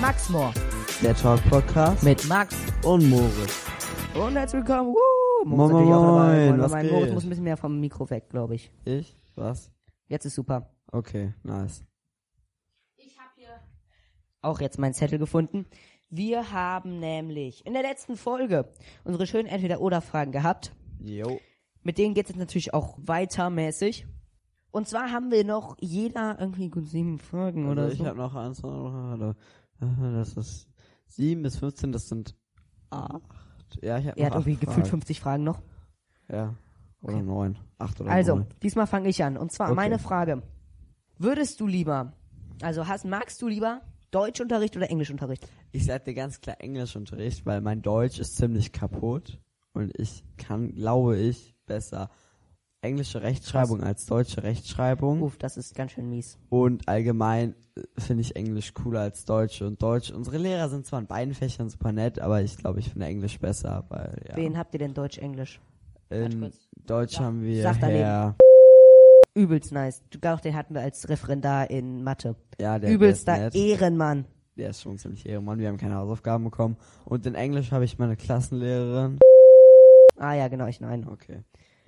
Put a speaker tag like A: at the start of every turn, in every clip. A: Max Moor,
B: Der Talk Podcast
A: mit Max
B: und Moritz.
A: und herzlich willkommen. Woo!
B: Moin,
A: natürlich auch dabei.
B: moin,
A: Moin,
B: was
A: moin.
B: geht?
A: Moritz muss ein bisschen mehr vom Mikro weg, glaube ich.
B: Ich? Was?
A: Jetzt ist super.
B: Okay, nice.
A: Auch jetzt meinen Zettel gefunden. Wir haben nämlich in der letzten Folge unsere schönen Entweder-Oder-Fragen gehabt.
B: Jo.
A: Mit denen geht es jetzt natürlich auch weitermäßig. Und zwar haben wir noch jeder irgendwie gut sieben Fragen
B: Oder
A: oder
B: also ich
A: so.
B: habe noch eins. oder- oder- Das ist 7 bis 15, das sind 8. Ja, ich habe
A: er hat irgendwie gefühlt
B: fünf.
A: 50 Fragen noch.
B: Ja. Oder
A: Okay.
B: 9. 8 oder
A: Also,
B: 9.
A: diesmal fange ich an. Und zwar
B: Okay.
A: meine Frage. Würdest du lieber, also hast, magst du lieber Deutschunterricht oder Englischunterricht?
B: Ich sag dir ganz klar Englischunterricht, weil mein Deutsch ist ziemlich kaputt. Und ich kann, glaube ich, besser englische Rechtschreibung als deutsche Rechtschreibung.
A: Uff, das ist ganz schön mies.
B: Und allgemein äh, finde ich Englisch cooler als Deutsch und Deutsch. Unsere Lehrer sind zwar in beiden Fächern super nett, aber ich glaube, ich finde Englisch besser, weil ja.
A: Wen habt ihr denn Deutsch-Englisch? Warte
B: in
A: kurz.
B: Deutsch
A: Sag-
B: haben wir
A: sag daneben.
B: Herr,
A: Übelst nice. Du auch den hatten wir als Referendar in Mathe.
B: ja, der, der
A: Übelster E.
B: ist nett.
A: Ehrenmann.
B: Der ist schon ziemlich Ehrenmann, wir haben keine Hausaufgaben bekommen. Und in Englisch habe ich meine Klassenlehrerin.
A: Ah ja, genau, ich nein.
B: Okay.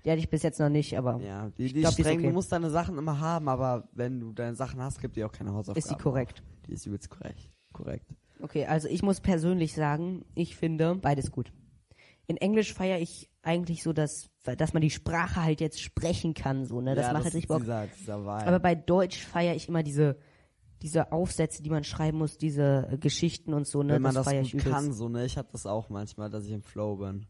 A: Die hatte ich bis jetzt noch nicht, aber
B: Ja, die,
A: Ich
B: die
A: glaub, die ist
B: streng,
A: okay.
B: du musst deine Sachen immer haben, aber wenn du deine Sachen hast, gibt dir auch keine Hausaufgaben.
A: ist sie korrekt.
B: Die ist übelst korrekt. Korrekt.
A: Okay, also ich muss persönlich sagen, ich finde beides gut. In Englisch feiere ich eigentlich so, dass, dass man die Sprache halt jetzt sprechen kann, so, ne? Das
B: ja,
A: macht
B: das
A: jetzt nicht
B: ist
A: Bock.
B: Dieser, dieser Vibe.
A: Aber ne, bei Deutsch feiere ich immer diese, diese Aufsätze, die man schreiben muss, diese äh, Geschichten und so, ne?
B: wenn man das,
A: feiere ich
B: gut
A: übelst.
B: kann, so, ne? Ich habe das auch manchmal, dass ich im Flow bin.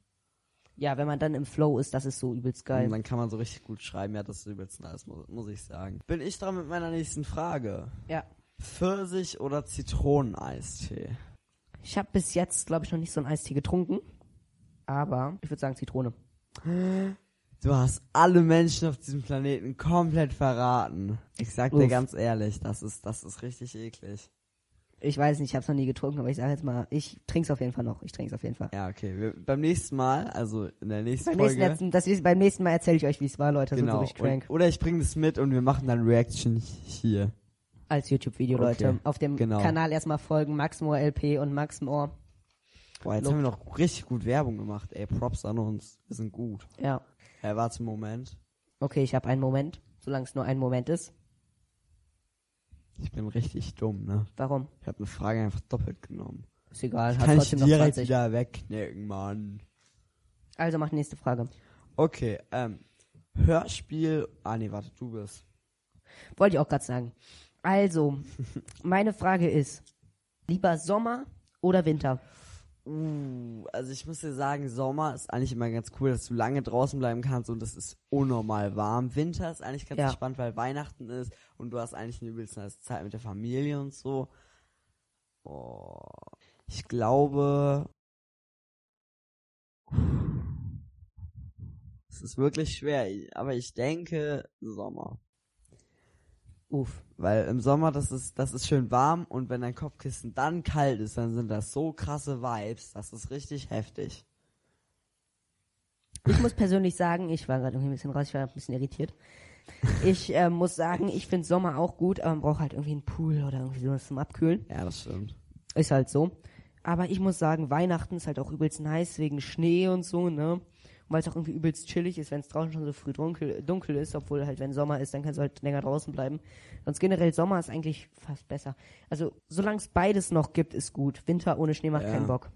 A: Ja, wenn man dann im Flow ist, das ist so übelst geil.
B: Und dann kann man so richtig gut schreiben. Ja, das ist übelst nice, muss, muss ich sagen. Bin ich dran mit meiner nächsten Frage.
A: ja.
B: Pfirsich oder Zitroneneistee?
A: Ich habe bis jetzt, glaube ich, noch nicht so einen Eistee getrunken. Aber ich würde sagen Zitrone.
B: Du hast alle Menschen auf diesem Planeten komplett verraten. Ich sag dir
A: Uff.
B: ganz ehrlich, das ist, das ist richtig eklig.
A: Ich weiß nicht, ich habe es noch nie getrunken, aber ich sage jetzt mal, ich trink's auf jeden Fall noch. Ich trink's auf jeden Fall.
B: Ja, okay. Wir, beim nächsten Mal, also in der nächsten
A: Beim nächsten,
B: Folge.
A: letzten, das, beim nächsten Mal erzähle ich euch, wie es war, Leute. Das
B: genau.
A: genau. sind so richtig
B: und,
A: crank.
B: oder ich bringe das mit und wir machen dann Reaction hier.
A: Als YouTube-Video,
B: Okay.
A: Leute. Auf dem
B: Genau.
A: Kanal erstmal folgen. Maxmoor LP und Maxmoor.
B: Boah, jetzt
A: Lob.
B: haben wir noch richtig gut Werbung gemacht. Ey, Props an uns. Wir sind gut.
A: Ja.
B: Ey, warte einen Moment.
A: Okay, ich habe einen Moment. Solange es nur ein Moment ist.
B: Ich bin richtig dumm, ne?
A: Warum?
B: Ich habe eine Frage einfach doppelt genommen.
A: Ist egal.
B: Ich
A: Hat
B: kann ich
A: trotzdem noch
B: direkt
A: 20.
B: wieder wegknicken, Mann.
A: Also mach nächste Frage.
B: Okay, ähm, Hörspiel. Ah, nee, warte, du bist.
A: Wollte ich auch gerade sagen. Also, meine Frage ist, lieber Sommer oder Winter?
B: Uh, also ich muss dir sagen, Sommer ist eigentlich immer ganz cool, dass du lange draußen bleiben kannst und es ist unnormal warm. Winter ist eigentlich ganz
A: Ja.
B: entspannt, weil Weihnachten ist und du hast eigentlich eine übelst nice Zeit mit der Familie und so. Oh, ich glaube, es ist wirklich schwer, aber ich denke Sommer.
A: Uff.
B: Weil im Sommer, das ist, das ist schön warm und wenn dein Kopfkissen dann kalt ist, dann sind das so krasse Vibes. Das ist richtig heftig.
A: Ich muss persönlich sagen, ich war gerade irgendwie ein bisschen raus, ich war ein bisschen irritiert. Ich äh, muss sagen, ich finde Sommer auch gut, aber man braucht halt irgendwie einen Pool oder irgendwie sowas zum Abkühlen.
B: Ja, das stimmt.
A: Ist halt so. Aber ich muss sagen, Weihnachten ist halt auch übelst nice wegen Schnee und so, ne? Und weil es auch irgendwie übelst chillig ist, wenn es draußen schon so früh dunkel, dunkel ist, obwohl halt, wenn Sommer ist, dann kannst du halt länger draußen bleiben. Sonst generell Sommer ist eigentlich fast besser. Also, solange es beides noch gibt, ist gut. Winter ohne Schnee macht
B: Ja.
A: keinen Bock.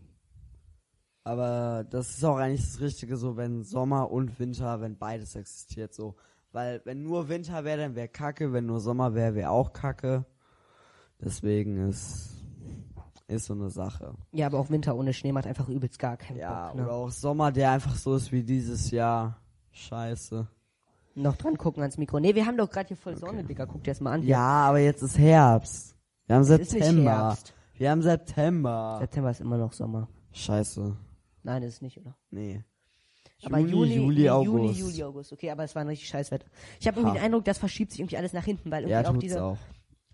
B: Aber das ist auch eigentlich das Richtige, so wenn Sommer und Winter, wenn beides existiert, so. Weil wenn nur Winter wäre, dann wäre Kacke, wenn nur Sommer wäre, wäre auch Kacke. Deswegen ist, ist so eine Sache.
A: Ja, aber auch Winter ohne Schnee macht einfach übelst gar keinen
B: Ja,
A: Bock. Ne?
B: oder auch Sommer, der einfach so ist wie dieses Jahr. Scheiße.
A: Noch dran gucken ans Mikro. Nee, wir haben doch gerade hier voll Sonne, Digga. Guck dir das mal an.
B: Ja, aber jetzt ist Herbst. Wir haben
A: ist
B: September.
A: nicht Herbst.
B: Wir haben September.
A: September ist immer noch Sommer.
B: Scheiße.
A: Nein, ist nicht, oder?
B: Nee.
A: Aber Juni, Juli, August. Juni, Juli, August. Okay, aber es war ein richtig scheiß Wetter. Ich habe irgendwie
B: Ha.
A: den Eindruck, das verschiebt sich irgendwie alles nach hinten, weil irgendwie
B: Ja,
A: auch
B: tut's
A: diese,
B: auch.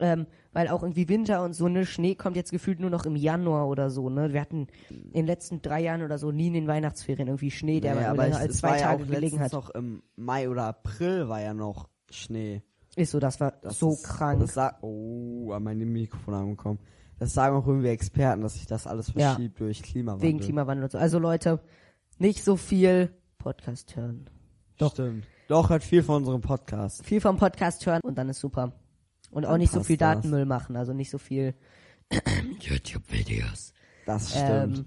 A: Ähm, weil auch irgendwie Winter und so ne Schnee kommt jetzt gefühlt nur noch im Januar oder so. Ne, wir hatten in den letzten drei Jahren oder so nie in den Weihnachtsferien irgendwie Schnee, der
B: Naja,
A: mal
B: aber
A: länger
B: es,
A: als
B: es
A: zwei
B: war ja
A: Tage
B: auch
A: gelegen
B: letztens
A: hat.
B: noch im Mai oder April war ja noch Schnee.
A: Ist so, das war
B: Das
A: so
B: ist,
A: krank.
B: Das sah, oh, an meine Mikrofon angekommen. Das sagen auch irgendwie Experten, dass sich das alles
A: Ja.
B: verschiebt durch Klimawandel.
A: Wegen Klimawandel und so. Also Leute, nicht so viel Podcast hören.
B: Doch. Stimmt. Doch, hat viel von unserem Podcast.
A: Viel vom Podcast hören und dann ist super. Und auch
B: Dann
A: nicht so
B: passt
A: viel
B: das.
A: Datenmüll machen, also nicht so viel YouTube-Videos.
B: Das stimmt.
A: Ähm,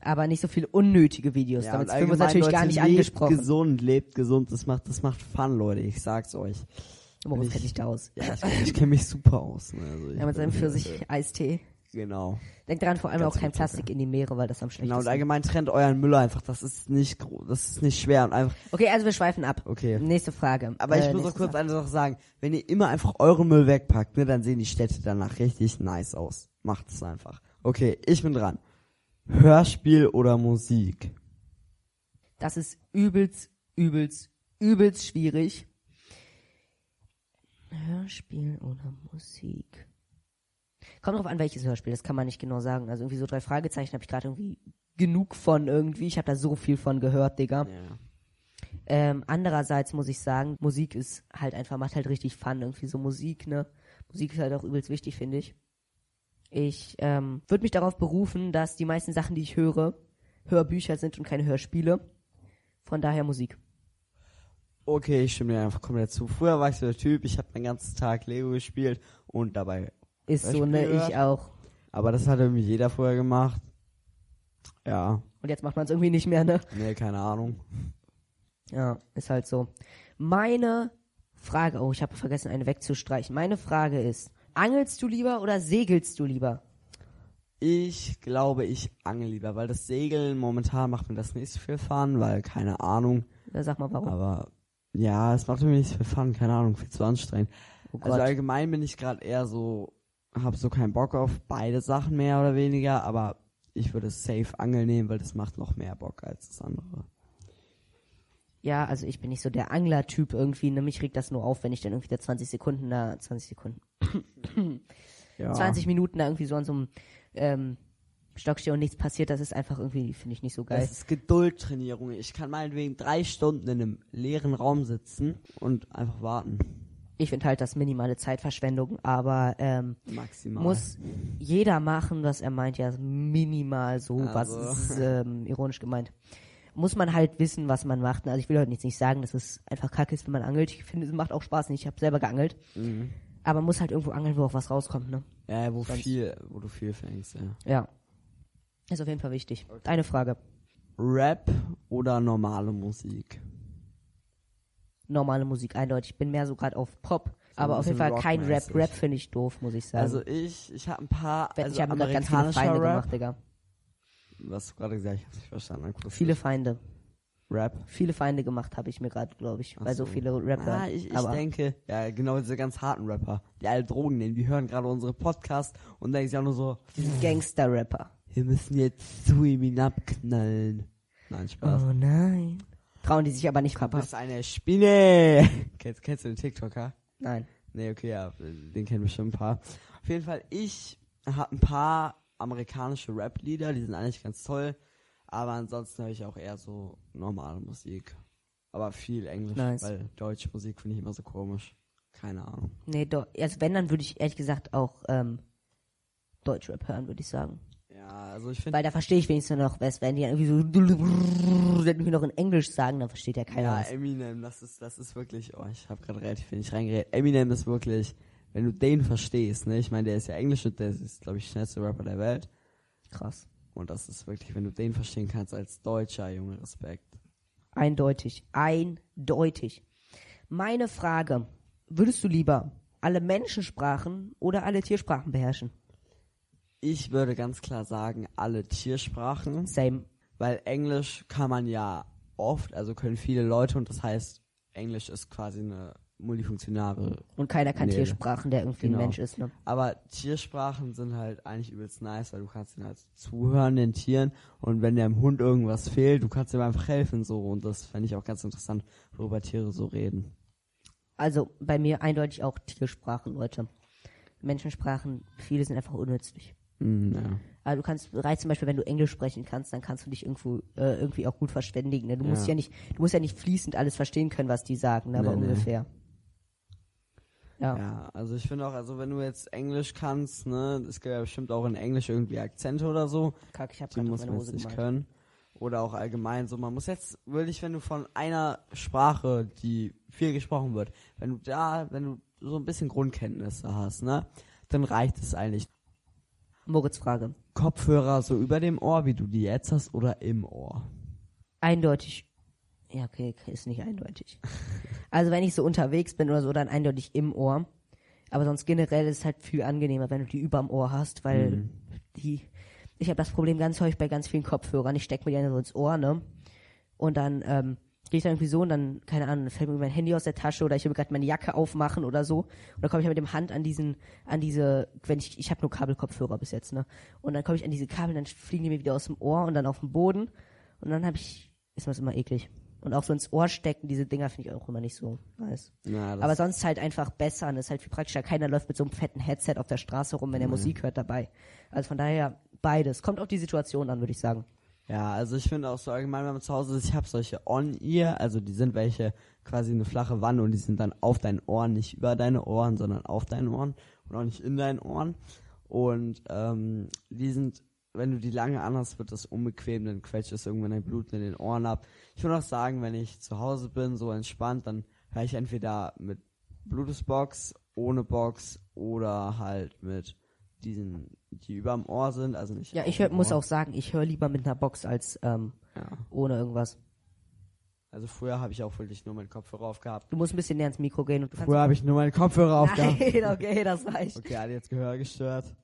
A: aber nicht so viel unnötige Videos.
B: Ja,
A: Damit
B: und
A: fühlen wir uns
B: allgemein,
A: natürlich gar
B: Leute,
A: nicht
B: lebt
A: angesprochen.
B: gesund, lebt gesund. Das macht, das macht Fun, Leute. Ich sag's euch.
A: Moritz
B: Ich-
A: kennt sich da aus.
B: Ja, ich, ich kenne mich super aus. Ne? Also ich
A: Ja, mit
B: bin-
A: seinem Pfirsich-Eistee.
B: Genau.
A: Denkt dran, vor allem
B: Ganz
A: auch kein
B: gut,
A: Plastik in die Meere, weil das am
B: Genau, und
A: schlechtesten
B: allgemein trennt euren Müll einfach. Das ist nicht, gro- das ist nicht schwer und einfach.
A: Okay, also wir schweifen ab.
B: Okay.
A: Nächste Frage.
B: Aber ich
A: Äh,
B: muss noch
A: nächste
B: kurz
A: Frage.
B: eine Sache sagen. Wenn ihr immer einfach euren Müll wegpackt, ne, dann sehen die Städte danach richtig nice aus. Macht es einfach. Okay, ich bin dran. Hörspiel oder Musik?
A: Das ist übelst, übelst, übelst schwierig. Hörspiel oder Musik? Kommt drauf an, welches Hörspiel, das kann man nicht genau sagen. Also irgendwie so drei Fragezeichen habe ich gerade irgendwie genug von irgendwie. Ich habe da so viel von gehört, Digga.
B: Ja.
A: Ähm, andererseits muss ich sagen, Musik ist halt einfach, macht halt richtig Fun, irgendwie so Musik, ne? Musik ist halt auch übelst wichtig, finde ich. Ich ähm, würde mich darauf berufen, dass die meisten Sachen, die ich höre, Hörbücher sind und keine Hörspiele. Von daher Musik.
B: Okay, ich stimme dir einfach komplett zu. Früher war ich so der Typ, ich habe den ganzen Tag Lego gespielt und dabei.
A: Ist so,
B: Hörspiele
A: ne? Ich
B: gehört?
A: auch.
B: Aber das hat irgendwie jeder vorher gemacht. Ja,
A: Und jetzt macht man es irgendwie nicht mehr, ne?
B: nee, keine Ahnung.
A: Ja, ist halt so. Meine Frage, oh, ich habe vergessen, eine wegzustreichen. Meine Frage ist, angelst du lieber oder segelst du lieber?
B: Ich glaube, ich angel lieber, weil das Segeln momentan macht mir das nicht so viel Fun, weil keine Ahnung.
A: Äh, Sag mal warum.
B: Aber ja, es macht mir nicht so viel Fun, keine Ahnung, viel zu anstrengend.
A: Oh
B: also allgemein bin ich gerade eher so, hab so keinen Bock auf beide Sachen mehr oder weniger, aber ich würde safe Angel nehmen, weil das macht noch mehr Bock als das andere.
A: Ja, also ich bin nicht so der Angler-Typ irgendwie. Ne? Mich regt das nur auf, wenn ich dann irgendwie da 20 Sekunden da, 20 Sekunden,
B: Ja.
A: 20 Minuten da irgendwie so an so einem ähm, Stock stehe und nichts passiert. Das ist einfach irgendwie, finde ich nicht so geil.
B: Das ist Geduldtrainierung. Ich kann meinetwegen drei Stunden in einem leeren Raum sitzen und einfach warten.
A: Ich finde halt das minimale Zeitverschwendung, aber ähm,
B: Maximal.
A: muss jeder machen, was er meint. Ja, minimal so,
B: Also.
A: was ist ähm, ironisch gemeint. Muss man halt wissen, was man macht. Also ich will heute jetzt nicht sagen, dass es einfach kacke ist, wenn man angelt. Ich finde, es macht auch Spaß. Ich habe selber geangelt.
B: Mhm.
A: Aber man muss halt irgendwo angeln, wo auch was rauskommt, ne?
B: Ja, wo
A: Sonst-
B: viel, wo du viel fängst, ja.
A: Ja. Ist auf jeden Fall wichtig. Eine Frage.
B: Rap oder normale Musik?
A: Normale Musik, eindeutig. Bin mehr so gerade auf Pop.
B: So ein
A: aber auf jeden
B: bisschen
A: Fall kein Rap.
B: rockmäßig.
A: Rap finde ich doof, muss ich sagen.
B: Also ich, ich habe ein paar,
A: Wenn-
B: also
A: ich habe mir grad ganz viele
B: amerikanischer
A: Feinde
B: Rap.
A: gemacht, Digga.
B: Was du gerade gesagt hast, ich hab's nicht verstanden. akustisch.
A: Viele Feinde.
B: Rap.
A: Viele Feinde gemacht habe ich mir gerade, glaube ich.
B: Ach
A: Weil so
B: so.
A: viele Rapper.
B: Ah, ich, ich
A: aber
B: denke, ja, genau diese ganz harten Rapper, die alle Drogen nehmen, die hören gerade unsere Podcasts und denken sich auch nur so,
A: diesen Gangster-Rapper.
B: wir müssen jetzt zu ihm hinabknallen. Nein, Spaß.
A: Oh nein. Trauen die sich aber nicht, Papa.
B: Das ist eine Spinne. Kennst, kennst du den TikToker?
A: Nein.
B: Nee, okay, ja, den kennen bestimmt ein paar. Auf jeden Fall, ich habe ein paar amerikanische Rap-Lieder, die sind eigentlich ganz toll. Aber ansonsten höre ich auch eher so normale Musik. Aber viel Englisch,
A: Nice.
B: weil deutsche Musik finde ich immer so komisch. Keine Ahnung.
A: Nee, do, also wenn, dann würde ich ehrlich gesagt auch ähm, Deutschrap hören, würde ich sagen.
B: Ja, also ich finde.
A: Weil da verstehe ich wenigstens noch was, wenn die dann irgendwie so wenn die noch in Englisch sagen, dann versteht ja keiner
B: Ja,
A: was.
B: Eminem, das ist, das ist wirklich. Oh, ich habe gerade relativ wenig reingeredet. Eminem ist wirklich, wenn du den verstehst, ne? Ich meine, der ist ja Englisch und der ist, glaube ich, schnellste Rapper der Welt.
A: Krass.
B: Und das ist wirklich, wenn du den verstehen kannst als Deutscher, Junge, Respekt.
A: Eindeutig. Eindeutig. Meine Frage. Würdest du lieber alle Menschensprachen oder alle Tiersprachen beherrschen?
B: Ich würde ganz klar sagen, alle Tiersprachen,
A: Same.
B: weil Englisch kann man ja oft, also können viele Leute und das heißt, Englisch ist quasi eine multifunktionale.
A: Und keiner kann
B: Nee.
A: Tiersprachen, der irgendwie
B: Genau.
A: ein Mensch ist, ne?
B: Aber Tiersprachen sind halt eigentlich übelst nice, weil du kannst ihnen halt zuhören, den Tieren und wenn dem Hund irgendwas fehlt, du kannst ihm einfach helfen so und das fände ich auch ganz interessant, worüber Tiere so reden.
A: Also bei mir eindeutig auch Tiersprachen, Leute. Menschensprachen, viele sind einfach unnützlich.
B: Mm, ja.
A: Also du kannst bereits zum Beispiel, wenn du Englisch sprechen kannst, dann kannst du dich irgendwo äh, irgendwie auch gut verständigen. Ne? Du musst
B: Ja.
A: ja nicht, du musst ja nicht fließend alles verstehen können, was die sagen, ne? aber
B: Nee, nee.
A: ungefähr. Ja.
B: Ja, also ich finde auch, also wenn du jetzt Englisch kannst, ne, es gibt ja bestimmt auch in Englisch irgendwie Akzente oder so,
A: Kack, ich hab
B: die
A: gerade
B: muss
A: meine
B: man jetzt
A: Hose
B: nicht
A: gemalt.
B: können. Oder auch allgemein so, man muss jetzt wirklich, wenn du von einer Sprache, die viel gesprochen wird, wenn du da, wenn du so ein bisschen Grundkenntnisse hast, ne, dann reicht es eigentlich.
A: Moritz Frage.
B: Kopfhörer so über dem Ohr, wie du die jetzt hast, oder im Ohr?
A: Eindeutig. Ja, okay, ist nicht eindeutig. Also wenn ich so unterwegs bin oder so, dann eindeutig im Ohr. Aber sonst generell ist es halt viel angenehmer, wenn du die überm Ohr hast, weil die. Ich habe das Problem ganz häufig bei ganz vielen Kopfhörern. Ich stecke mir die einfach so ins Ohr, ne? Und dann ähm, gehe ich dann irgendwie so und dann, keine Ahnung, fällt mir mein Handy aus der Tasche oder ich will gerade meine Jacke aufmachen oder so. Und dann komme ich halt mit dem Hand an diesen, an diese, wenn ich, ich habe nur Kabelkopfhörer bis jetzt, ne? Und dann komme ich an diese Kabel, dann fliegen die mir wieder aus dem Ohr und dann auf den Boden. Und dann habe ich, ist mir das immer eklig. Und auch so ins Ohr stecken, diese Dinger finde ich auch immer nicht so nice.
B: Ja, das
A: Aber sonst halt einfach besser und ist halt viel praktischer. Keiner läuft mit so einem fetten Headset auf der Straße rum, wenn er Musik hört dabei. Also von daher beides. Kommt auf die Situation an, würde ich sagen.
B: Ja, also ich finde auch so allgemein, wenn man zu Hause ist, ich habe solche On-Ear, also die sind welche quasi eine flache Wanne und die sind dann auf deinen Ohren, nicht über deine Ohren, sondern auf deinen Ohren und auch nicht in deinen Ohren. Und ähm, die sind, wenn du die lange anhast, wird das unbequem, dann quetscht es irgendwann dein Blut in den Ohren ab. Ich würde auch sagen, wenn ich zu Hause bin, so entspannt, dann höre ich entweder mit Bluetooth-Box, ohne Box oder halt mit diesen, die überm Ohr sind, also nicht.
A: Ja,
B: auf
A: ich
B: dem
A: hör, muss
B: Ohr.
A: auch sagen, ich höre lieber mit einer Box als ähm,
B: Ja.
A: ohne irgendwas.
B: Also früher habe ich auch wirklich nur meinen Kopfhörer aufgehabt.
A: Du musst ein bisschen näher ans Mikro gehen und du kannst.
B: Früher habe ich nur meinen Kopfhörer aufgehabt.
A: Nein, okay, das reicht.
B: Okay, hat jetzt Gehör gestört.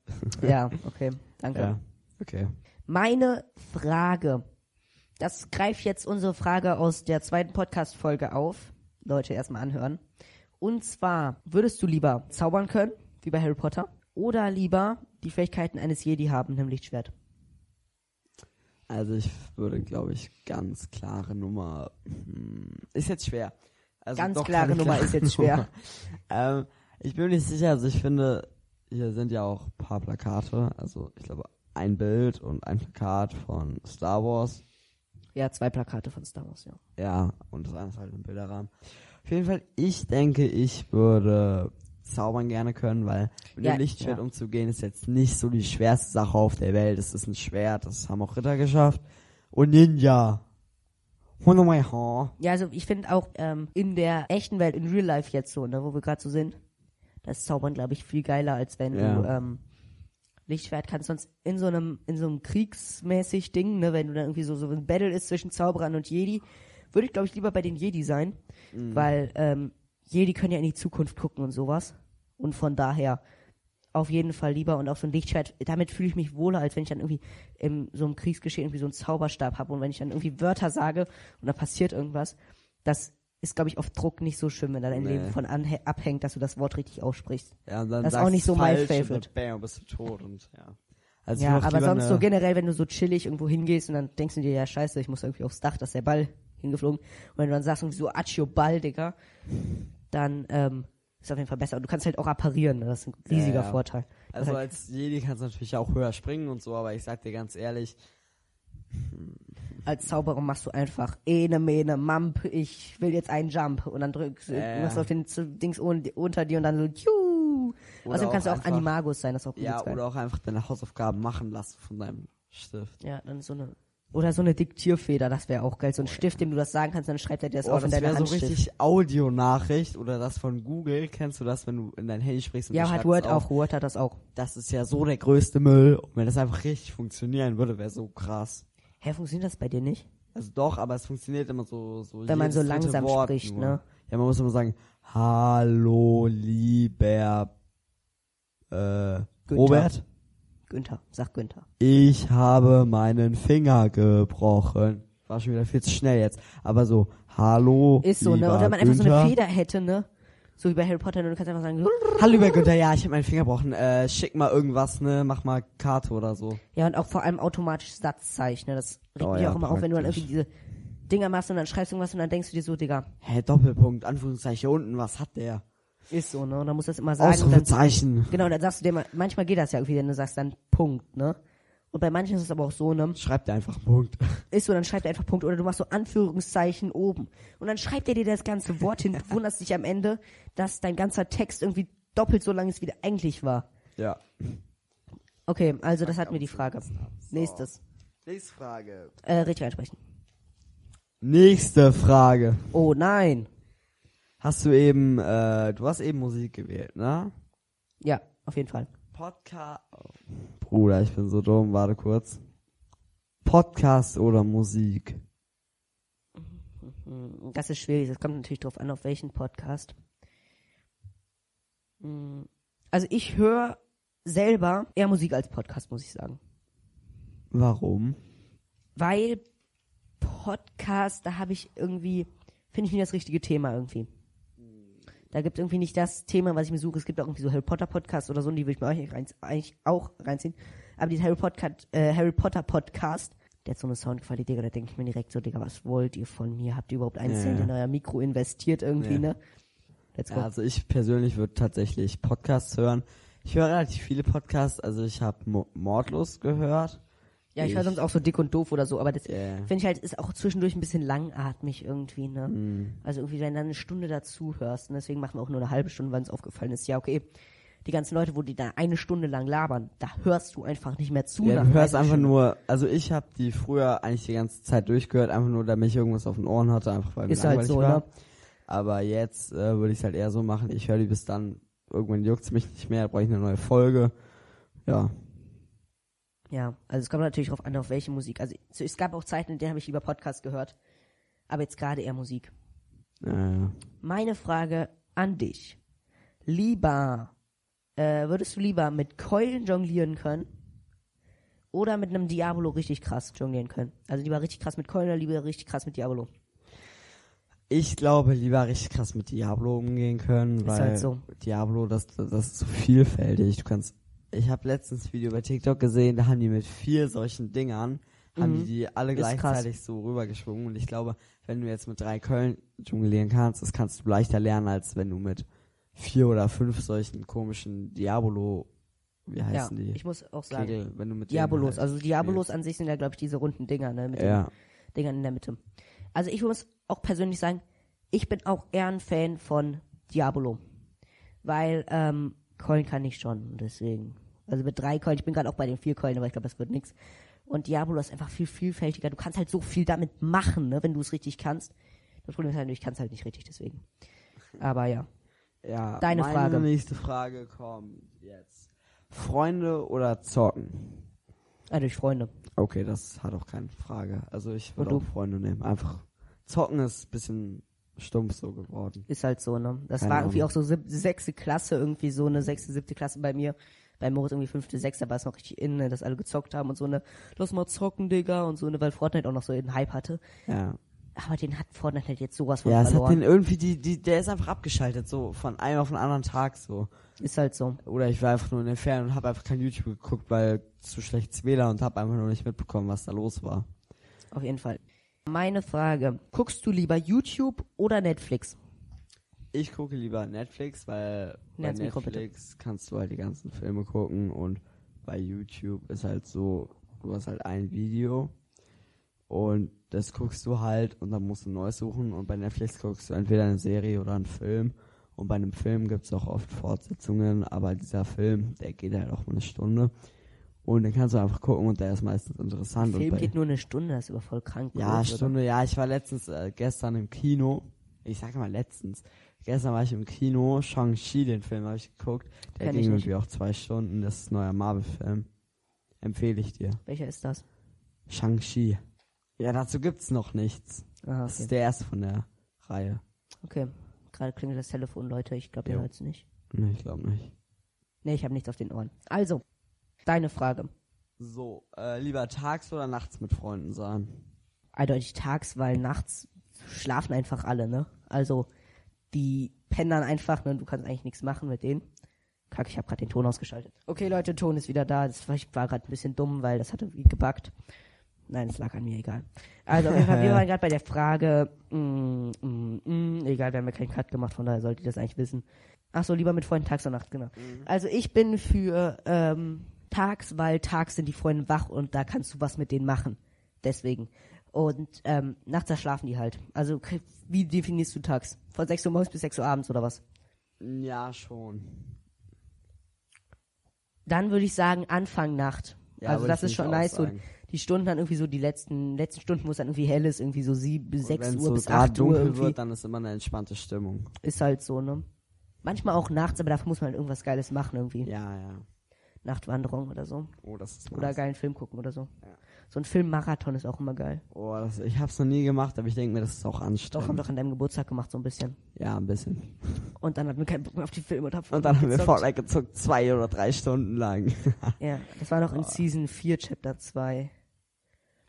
A: Ja, okay, danke.
B: Ja. Okay.
A: Meine Frage. Das greift jetzt unsere Frage aus der zweiten Podcast-Folge auf. Leute, erstmal anhören. Und zwar, würdest du lieber zaubern können, wie bei Harry Potter, oder lieber die Fähigkeiten eines Jedi haben, im Lichtschwert?
B: Also ich würde, glaube ich, ganz klare Nummer. hm, Ist jetzt schwer. Also
A: Ganz
B: doch
A: klare
B: keine
A: Nummer ist jetzt schwer.
B: ähm, ich bin mir nicht sicher, also ich finde, hier sind ja auch ein paar Plakate. Also ich glaube, ein Bild und ein Plakat von Star Wars.
A: Ja, zwei Plakate von Star Wars, ja.
B: Ja, und das andere ist halt ein Bilderrahmen. Auf jeden Fall, ich denke, ich würde zaubern gerne können, weil mit
A: Ja,
B: dem Lichtschwert
A: ja.
B: umzugehen ist jetzt nicht so die schwerste Sache auf der Welt. Es ist ein Schwert, das haben auch Ritter geschafft. Und Ninja. Und oh mein Haar.
A: Ja, also ich finde auch ähm, in der echten Welt, in Real Life jetzt so, ne, wo wir gerade so sind, das Zaubern, glaube ich, viel geiler, als wenn du
B: Ja.
A: ähm, Lichtschwert kannst. Sonst in so einem, in so einem kriegsmäßig Ding, ne, wenn du dann irgendwie so, so ein Battle ist zwischen Zauberern und Jedi, würde ich, glaube ich, lieber bei den Jedi sein, weil ähm, Jedi können ja in die Zukunft gucken und sowas. Und von daher auf jeden Fall lieber und auch so ein Lichtschwert, damit fühle ich mich wohler, als wenn ich dann irgendwie in so einem Kriegsgeschehen irgendwie so einen Zauberstab habe und wenn ich dann irgendwie Wörter sage und da passiert irgendwas, das ist, glaube ich, auf Druck nicht so schlimm, wenn da dein
B: Nee.
A: Leben von anhä- abhängt, dass du das Wort richtig aussprichst.
B: Ja, und dann
A: Das ist
B: sagst
A: auch nicht so
B: du
A: mein
B: falsch und
A: Favorite.
B: dann Bam, bist du tot und ja. Also ich
A: Ja,
B: würd auch
A: aber
B: lieber
A: sonst
B: eine-
A: so generell, wenn du so chillig irgendwo hingehst und dann denkst du dir, ja scheiße, ich muss irgendwie aufs Dach, dass der Ball hingeflogen. Und wenn du dann sagst, irgendwie so Accio Ball, Digga, dann ähm, ist auf jeden Fall besser. Und du kannst halt auch apparieren, ne? das ist ein riesiger
B: ja.
A: Vorteil. Das
B: Also
A: halt,
B: als Jedi kannst du natürlich auch höher springen und so, aber ich sag dir ganz ehrlich,
A: als Zauberer machst du einfach Ene, Mene, Mamp, ich will jetzt einen Jump und dann drückst du,
B: Ja, ja.
A: machst du auf den Z- Dings un unter dir und dann so, juhu.
B: Oder
A: Außerdem kannst
B: auch
A: du auch
B: einfach-
A: Animagus sein, das ist auch
B: ja,
A: übelst geil.
B: oder auch einfach deine Hausaufgaben machen lassen von deinem Stift.
A: Ja, dann so eine. Oder so eine Diktierfeder, das wäre auch geil. So ein Stift, dem du das sagen kannst, dann schreibt er dir das
B: Oh,
A: auf in
B: das
A: deine
B: wäre so
A: Handschrift.
B: richtig Audionachricht oder das von Google. Kennst du das, wenn du in dein Handy sprichst? Und
A: ja,
B: du
A: hat
B: schreibst
A: Word
B: auf?
A: auch. Word hat das auch.
B: Das ist ja so der größte Müll. Und wenn das einfach richtig funktionieren würde, wäre so krass.
A: Hä, funktioniert das bei dir nicht?
B: Also doch, aber es funktioniert immer so. so
A: Wenn man
B: jedes
A: so
B: dritte
A: langsam
B: Wort
A: spricht,
B: nur.
A: ne?
B: Ja, man muss immer sagen, hallo, lieber äh, Robert,
A: Günther, sag Günther.
B: ich habe meinen Finger gebrochen. War schon wieder viel zu schnell jetzt. Aber so, hallo,
A: Ist so, ne?
B: lieber
A: Oder wenn man einfach so
B: Günther.
A: eine Feder hätte, ne? So wie bei Harry Potter, nur du kannst einfach sagen,
B: Hallo, lieber Günther, ja, ich hab meinen Finger gebrochen. Äh, schick mal irgendwas, ne? Mach mal Karte oder so.
A: ja, und auch vor allem automatisch Satzzeichen, ne? Das regt
B: Oh
A: mich
B: ja,
A: auch immer auf, wenn du dann
B: praktisch.
A: irgendwie diese Dinger machst und dann schreibst du irgendwas und dann denkst du dir so, Digga,
B: Hä, Doppelpunkt, Anführungszeichen hier unten, was hat der?
A: ist so, ne? Und dann musst du das immer sagen. Und dann,
B: Ausrufezeichen.
A: genau, und dann sagst du dir, mal- manchmal geht das ja irgendwie, wenn du sagst dann Punkt, ne? Und bei manchen ist es aber auch so, ne?
B: Schreib dir einfach einen Punkt.
A: Ist so, dann schreibt er einfach Punkt oder du machst so Anführungszeichen oben. Und dann schreibt er dir das ganze Wort hin, du wunderst dich am Ende, dass dein ganzer Text irgendwie doppelt so lang ist, wie der eigentlich war.
B: Ja.
A: Okay, also das hatten wir die Frage. Nächstes.
B: Nächste Frage.
A: Äh, richtig einsprechen.
B: Nächste Frage.
A: Oh nein.
B: Hast du eben, äh, du hast eben Musik gewählt, ne?
A: Ja, auf jeden Fall.
B: Podcast. Bruder, ich bin so dumm, warte kurz. Podcast oder Musik?
A: Hm, Das ist schwierig. Das kommt natürlich drauf an, auf welchen Podcast. Hm, Also ich höre selber eher Musik als Podcast, muss ich sagen.
B: Warum?
A: Weil Podcast, da habe ich irgendwie, finde ich nie das richtige Thema irgendwie. Da gibt irgendwie nicht das Thema, was ich mir suche. Es gibt auch irgendwie so Harry Potter Podcasts oder so, und die will ich mir eigentlich, rein, eigentlich auch reinziehen. Aber dieses Harry Potter, äh, Harry Potter Podcast, der hat so eine Soundqualität, da denke ich mir direkt so, Digga, was wollt ihr von mir? Habt ihr überhaupt einen
B: Ja.
A: Cent in euer Mikro investiert irgendwie,
B: Ja.
A: ne? Let's go.
B: Ja, also ich persönlich würde tatsächlich Podcasts hören. Ich höre relativ viele Podcasts, also ich habe Mo Mordlos gehört.
A: Ja, ich höre
B: Ich-
A: sonst auch so dick und doof oder so, aber das
B: Ja.
A: finde ich halt, ist auch zwischendurch ein bisschen langatmig irgendwie, ne?
B: Mm.
A: Also irgendwie, wenn du dann eine Stunde dazu hörst, und deswegen machen wir auch nur eine halbe Stunde, weil uns aufgefallen ist, ja, okay, die ganzen Leute, wo die da eine Stunde lang labern, da hörst du einfach nicht mehr zu.
B: Ja,
A: nach
B: du hörst
A: 30
B: einfach
A: Stunden.
B: nur, also ich habe die früher eigentlich die ganze Zeit durchgehört, einfach nur, damit ich irgendwas auf den Ohren hatte, einfach weil mir
A: Ist halt
B: langweilig
A: so,
B: war.
A: ne?
B: Aber jetzt äh, würde ich es halt eher so machen, ich höre die bis dann, irgendwann juckt's mich nicht mehr, brauche ich eine neue Folge. Ja.
A: Ja, also es kommt natürlich drauf an, auf welche Musik. Also es- es gab auch Zeiten, in denen habe ich lieber Podcast gehört, aber jetzt gerade eher Musik.
B: Äh,
A: Meine Frage an dich. Lieber, äh, würdest du lieber mit Keulen jonglieren können oder mit einem Diabolo richtig krass jonglieren können? Also lieber richtig krass mit Keulen oder lieber richtig krass mit Diabolo?
B: ich glaube, lieber richtig krass mit Diablo umgehen können, weil
A: halt so.
B: Diablo, das, das ist so vielfältig. Du kannst, ich habe letztens ein Video bei TikTok gesehen, da haben die mit vier solchen Dingern, haben die die alle
A: Mhm. Ist krass.
B: gleichzeitig so rübergeschwungen. Und ich glaube, wenn du jetzt mit drei Köln jonglieren kannst, das kannst du leichter lernen, als wenn du mit vier oder fünf solchen komischen Diabolo, wie
A: Ja,
B: heißen die?
A: ich muss auch sagen,
B: Kegel, wenn du mit denen
A: Diabolos.
B: halt
A: Also Diabolos an sich sind ja, glaube ich, diese runden Dinger, ne? Mit
B: spielst. Ja.
A: den Dingern in der Mitte. Also ich muss auch persönlich sagen, ich bin auch eher ein Fan von Diabolo. Weil, ähm, Keulen kann ich schon, deswegen. Also mit drei Keulen, ich bin gerade auch bei den vier Keulen, aber ich glaube, das wird nix. Und Diabolo ist einfach viel vielfältiger. Du kannst halt so viel damit machen, ne, wenn du es richtig kannst. Das Problem ist halt, ich kann es halt nicht richtig, deswegen. Aber ja.
B: Ja,
A: Deine
B: meine
A: Frage.
B: nächste Frage kommt jetzt. Freunde oder Zocken?
A: Ah, durch Freunde.
B: Okay, das hat auch keine Frage. Also ich würde
A: Und
B: auch
A: du?
B: Freunde nehmen. Einfach Zocken ist ein bisschen stumpf so geworden.
A: Ist halt so, ne? Das
B: Keine
A: war irgendwie
B: Ahnung.
A: auch so sieb- sechste Klasse, irgendwie so eine sechste, siebte Klasse bei mir. Bei Moritz irgendwie fünfte, sechste war es noch richtig in, ne, dass alle gezockt haben und so eine, lass mal zocken, Digga, und so eine, weil Fortnite auch noch so einen Hype hatte.
B: Ja.
A: Aber den hat Fortnite halt jetzt sowas von
B: Ja, es hat den
A: verloren.
B: irgendwie die, die, der ist einfach abgeschaltet, so von einem auf den anderen Tag so.
A: Ist halt so.
B: Oder ich war einfach nur in der Ferne und habe einfach kein YouTube geguckt, weil zu schlechtes WLAN und habe einfach nur nicht mitbekommen, was da los war.
A: Auf jeden Fall. Meine Frage. Guckst du lieber YouTube oder Netflix?
B: Ich gucke lieber Netflix, weil
A: Näher
B: bei
A: ans Mikro, bitte.
B: Netflix kannst du halt die ganzen Filme gucken und bei YouTube ist halt so, du hast halt ein Video und das guckst du halt und dann musst du neu suchen und bei Netflix guckst du entweder eine Serie oder einen Film und bei einem Film gibt es auch oft Fortsetzungen, aber dieser Film, der geht halt auch mal eine Stunde und den kannst du einfach gucken und der ist meistens interessant. und
A: Film
B: bei
A: geht nur eine Stunde, das ist aber voll krank.
B: ja,
A: groß, oder?
B: Stunde, ja, ich war letztens, äh, gestern im Kino. Ich sage mal letztens. Gestern war ich im Kino, Shang-Chi, den Film habe ich geguckt. Der
A: Kenn ich
B: ging
A: nicht.
B: irgendwie auch zwei Stunden. Das ist ein neuer Marvel-Film. Empfehle ich dir.
A: Welcher ist das?
B: Shang-Chi. Ja, dazu gibt's noch nichts.
A: Ah,
B: Das ist
A: okay.
B: der erste von der Reihe.
A: okay. Gerade klingelt das Telefon, Leute. Ich glaube, ihr
B: Jo.
A: hört es nicht.
B: Nee, ich glaube nicht.
A: Nee, ich habe nichts auf den Ohren. Also, deine Frage.
B: So, äh, lieber tags oder nachts mit Freunden sein?
A: eindeutig tags, weil nachts schlafen einfach alle, ne? Also die pendern einfach, ne? Du kannst eigentlich nichts machen mit denen. Kack, ich habe gerade den Ton ausgeschaltet. Okay, Leute, Ton ist wieder da. Das war, ich war gerade ein bisschen dumm, weil das hat irgendwie gebackt. Nein, es lag an mir, egal. Also auf jeden Fall, wir waren gerade bei der Frage, mm, mm, mm, egal, wir haben ja keinen Cut gemacht, von daher solltet ihr das eigentlich wissen. Ach so, lieber mit Freunden tags und nachts, genau. Also ich bin für ähm, tags, weil tags sind die Freunde wach und da kannst du was mit denen machen. Deswegen. Und ähm, nachts da schlafen die halt. Also k- wie definierst du tags? Von 6 Uhr morgens bis 6 Uhr abends oder was?
B: Ja, schon.
A: Dann würde ich sagen Anfang Nacht.
B: Ja,
A: also
B: würde
A: das
B: ich
A: ist schon
B: nämlich auch
A: nice. So
B: sagen.
A: die Stunden dann irgendwie so die letzten letzten Stunden, wo es dann irgendwie hell ist, irgendwie so sieben, bis
B: Und
A: 6
B: wenn's
A: Uhr
B: so
A: bis 8
B: grad
A: Uhr
B: dunkel
A: irgendwie.
B: wird, dann ist immer eine entspannte Stimmung.
A: Ist halt so, ne? Manchmal auch nachts, aber dafür muss man halt irgendwas Geiles machen irgendwie.
B: Ja, ja.
A: Nachtwanderung oder so.
B: Oh, das ist
A: Oder
B: nice.
A: geilen Film gucken oder so.
B: Ja.
A: So ein Filmmarathon ist auch immer geil.
B: Oh, das, ich hab's noch nie gemacht, aber ich denke mir, das ist auch
A: Doch, haben
B: anstrengend.
A: wir doch an deinem Geburtstag gemacht, so ein bisschen.
B: Ja, ein bisschen.
A: Und dann hatten wir keinen Bock mehr auf die Filme und, hab
B: Und dann haben wir
A: gezockt.
B: Fortnite gezockt, zwei oder drei Stunden lang.
A: Ja, das war noch
B: Oh.
A: in Season 4, Chapter 2.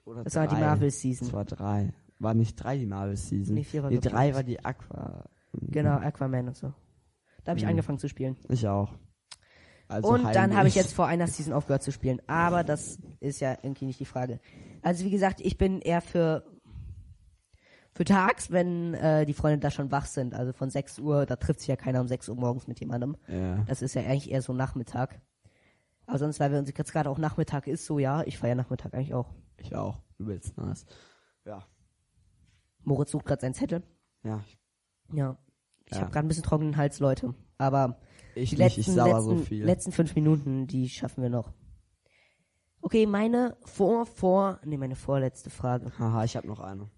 B: Oder
A: Das war die
B: drei. Das
A: Marvel-Season.
B: war drei. War nicht drei die Marvel-Season.
A: Nee, vier war
B: Die
A: glaub ich
B: drei
A: nicht.
B: war die Aqua.
A: Genau, Aquaman und so. Da habe
B: Mhm.
A: ich angefangen zu spielen.
B: Ich auch. Also
A: und dann
B: heimlich.
A: habe ich jetzt vor einer Season aufgehört zu spielen. Aber das ist ja irgendwie nicht die Frage. Also wie gesagt, ich bin eher für für tags, wenn äh, die Freunde da schon wach sind. Also von 6 Uhr, da trifft sich ja keiner um 6 Uhr morgens mit jemandem.
B: Ja.
A: Das ist ja eigentlich eher so Nachmittag. Aber sonst, weil wir uns jetzt gerade auch Nachmittag ist, so ja, ich feiere Nachmittag eigentlich auch.
B: Ich auch. Übelst nice. Ja.
A: Moritz sucht gerade seinen Zettel.
B: Ja.
A: Ja. Ich
B: Ja.
A: habe gerade ein bisschen trockenen Hals, Leute. Aber
B: Ich
A: die
B: nicht,
A: letzten,
B: ich sauer so
A: letzten,
B: viel.
A: letzten fünf Minuten, die schaffen wir noch. Okay, meine vor, vor, nee, meine vorletzte Frage.
B: Haha, ich hab noch eine.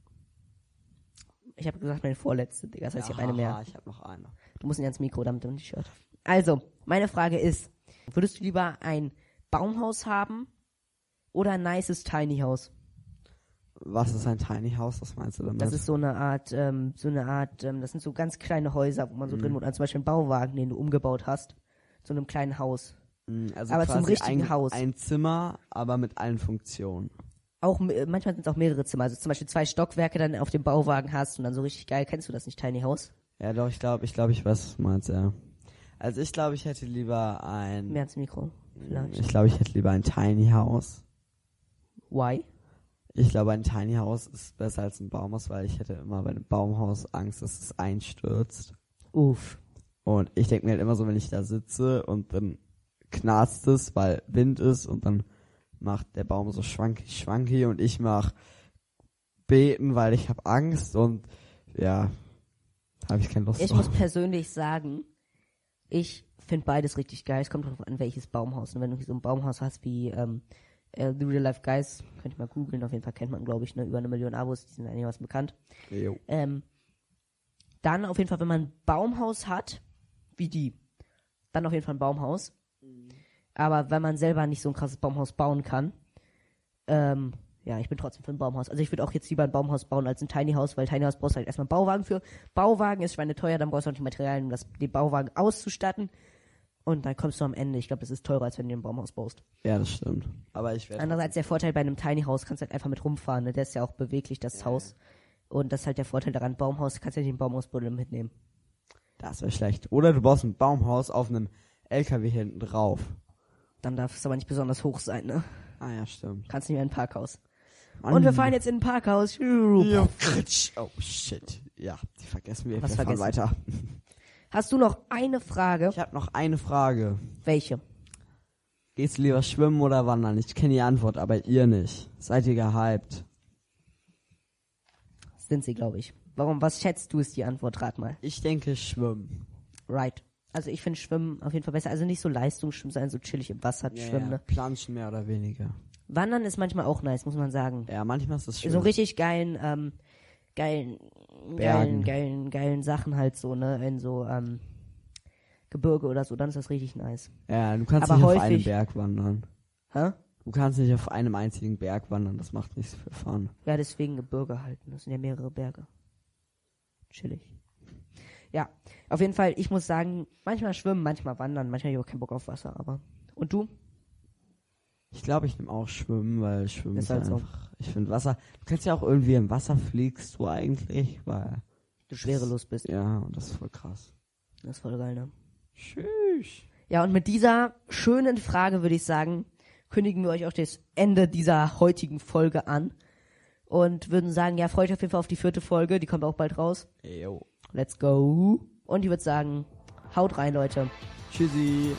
A: Ich habe gesagt, meine vorletzte, Digga. Das heißt, ich habe eine
B: haha,
A: mehr.
B: Ich hab noch eine.
A: Du musst nicht ans Mikro, damit du nicht hört. Also, meine Frage ist, würdest du lieber ein Baumhaus haben oder ein nices Tiny House?
B: Was ist ein Tiny House? Was meinst du damit?
A: Das ist so eine Art, ähm, so eine Art, ähm, das sind so ganz kleine Häuser, wo man so
B: Mhm.
A: drin wohnt. Also zum Beispiel ein Bauwagen, den du umgebaut hast, zu einem kleinen Haus.
B: Mm, also
A: aber zum
B: quasi
A: richtigen
B: ein,
A: Haus.
B: Ein Zimmer, aber mit allen Funktionen.
A: auch äh, manchmal sind es auch mehrere Zimmer. Also zum Beispiel zwei Stockwerke dann auf dem Bauwagen hast und dann so richtig geil. Kennst du das nicht, Tiny House?
B: Ja, doch, ich glaube, ich glaube, ich weiß, was du meinst, ja. Also ich glaube, ich hätte lieber ein.
A: Mehr ans Mikro. Vielleicht.
B: Ich glaube, ich hätte lieber ein Tiny House.
A: Why?
B: Ich glaube, ein Tiny House ist besser als ein Baumhaus, weil ich hätte immer bei einem Baumhaus Angst, dass es einstürzt.
A: Uff.
B: Und ich denke mir halt immer so, wenn ich da sitze und dann knarzt es, weil Wind ist und dann macht der Baum so schwanky, schwanky und ich mach beten, weil ich habe Angst und ja, habe ich keine Lust
A: Ich muss
B: drauf.
A: persönlich sagen, ich finde beides richtig geil. Es kommt drauf an, welches Baumhaus. Und wenn du so ein Baumhaus hast wie ähm, äh, The Real Life Guys, könnt ihr mal googeln. Auf jeden Fall kennt man, glaube ich, ne, über eine Million Abos. Die sind einigermaßen bekannt.
B: Jo.
A: Ähm, dann auf jeden Fall, wenn man ein Baumhaus hat, wie die, dann auf jeden Fall ein Baumhaus. Aber wenn man selber nicht so ein krasses Baumhaus bauen kann, ähm, ja, ich bin trotzdem für ein Baumhaus. Also ich würde auch jetzt lieber ein Baumhaus bauen als ein Tiny House, weil Tiny House brauchst du halt erstmal einen Bauwagen für. Bauwagen ist schweineteuer, dann brauchst du auch die Materialien, um das, den Bauwagen auszustatten. Und dann kommst du am Ende. Ich glaube, das ist teurer, als wenn du ein Baumhaus baust.
B: Ja, das stimmt. Aber ich werde.
A: Andererseits der Vorteil bei einem Tiny House kannst du halt einfach mit rumfahren, ne? Der ist ja auch beweglich, das Haus. Und das ist halt der Vorteil daran. Baumhaus kannst du ja den Baumhausbuddel mitnehmen.
B: Das wäre schlecht. Oder du baust ein Baumhaus auf einem LKW hinten drauf.
A: Dann darf es aber nicht besonders hoch sein, ne?
B: Ah ja, stimmt.
A: Kannst nicht mehr in ein Parkhaus. Und wir fahren jetzt in ein Parkhaus.
B: Ja, kritsch. Oh shit. Ja, die vergessen wir.
A: Was
B: wir fahren
A: vergessen?
B: weiter.
A: Hast du noch eine Frage?
B: Ich habe noch eine Frage.
A: Welche?
B: Gehst du lieber schwimmen oder wandern? Ich kenne die Antwort, aber ihr nicht. Seid ihr gehypt?
A: Sind sie, glaube ich. Warum? Was schätzt du ist die Antwort? Rat mal.
B: Ich denke schwimmen.
A: Right. Also ich finde Schwimmen auf jeden Fall besser. Also nicht so Leistungsschwimmen, sondern so chillig im Wasser schwimmen. Ne?
B: Planschen mehr oder weniger.
A: Wandern ist manchmal auch nice, muss man sagen.
B: Ja, manchmal ist das schwimmen.
A: so richtig geilen, ähm, geilen,
B: Bergen.
A: geilen, geilen, geilen Sachen halt so, ne, in so, ähm, Gebirge oder so, dann ist das richtig nice.
B: Ja, du kannst
A: Aber
B: nicht auf
A: häufig-
B: einem Berg wandern.
A: Hä?
B: Du kannst nicht auf einem einzigen Berg wandern. Das macht nichts für Fun.
A: Ja, deswegen Gebirge halten. Das sind ja mehrere Berge. Chillig. Ja, auf jeden Fall, ich muss sagen, manchmal schwimmen, manchmal wandern, manchmal habe ich auch keinen Bock auf Wasser, aber. Und du?
B: Ich glaube, ich nehme auch Schwimmen, weil Schwimmen
A: Ist
B: ist,
A: halt so.
B: einfach. Ich finde Wasser. Du kannst ja auch irgendwie im Wasser fliegst du eigentlich, weil
A: Du schwerelos bist.
B: ja, und das ist voll krass.
A: Das ist voll geil, ne?
B: Tschüss.
A: Ja, und mit dieser schönen Frage würde ich sagen, kündigen wir euch auch das Ende dieser heutigen Folge an. Und würden sagen, ja, freut euch auf jeden Fall auf die vierte Folge, die kommt auch bald raus.
B: Ew.
A: Let's go. Und ich würde sagen, haut rein, Leute.
B: Tschüssi.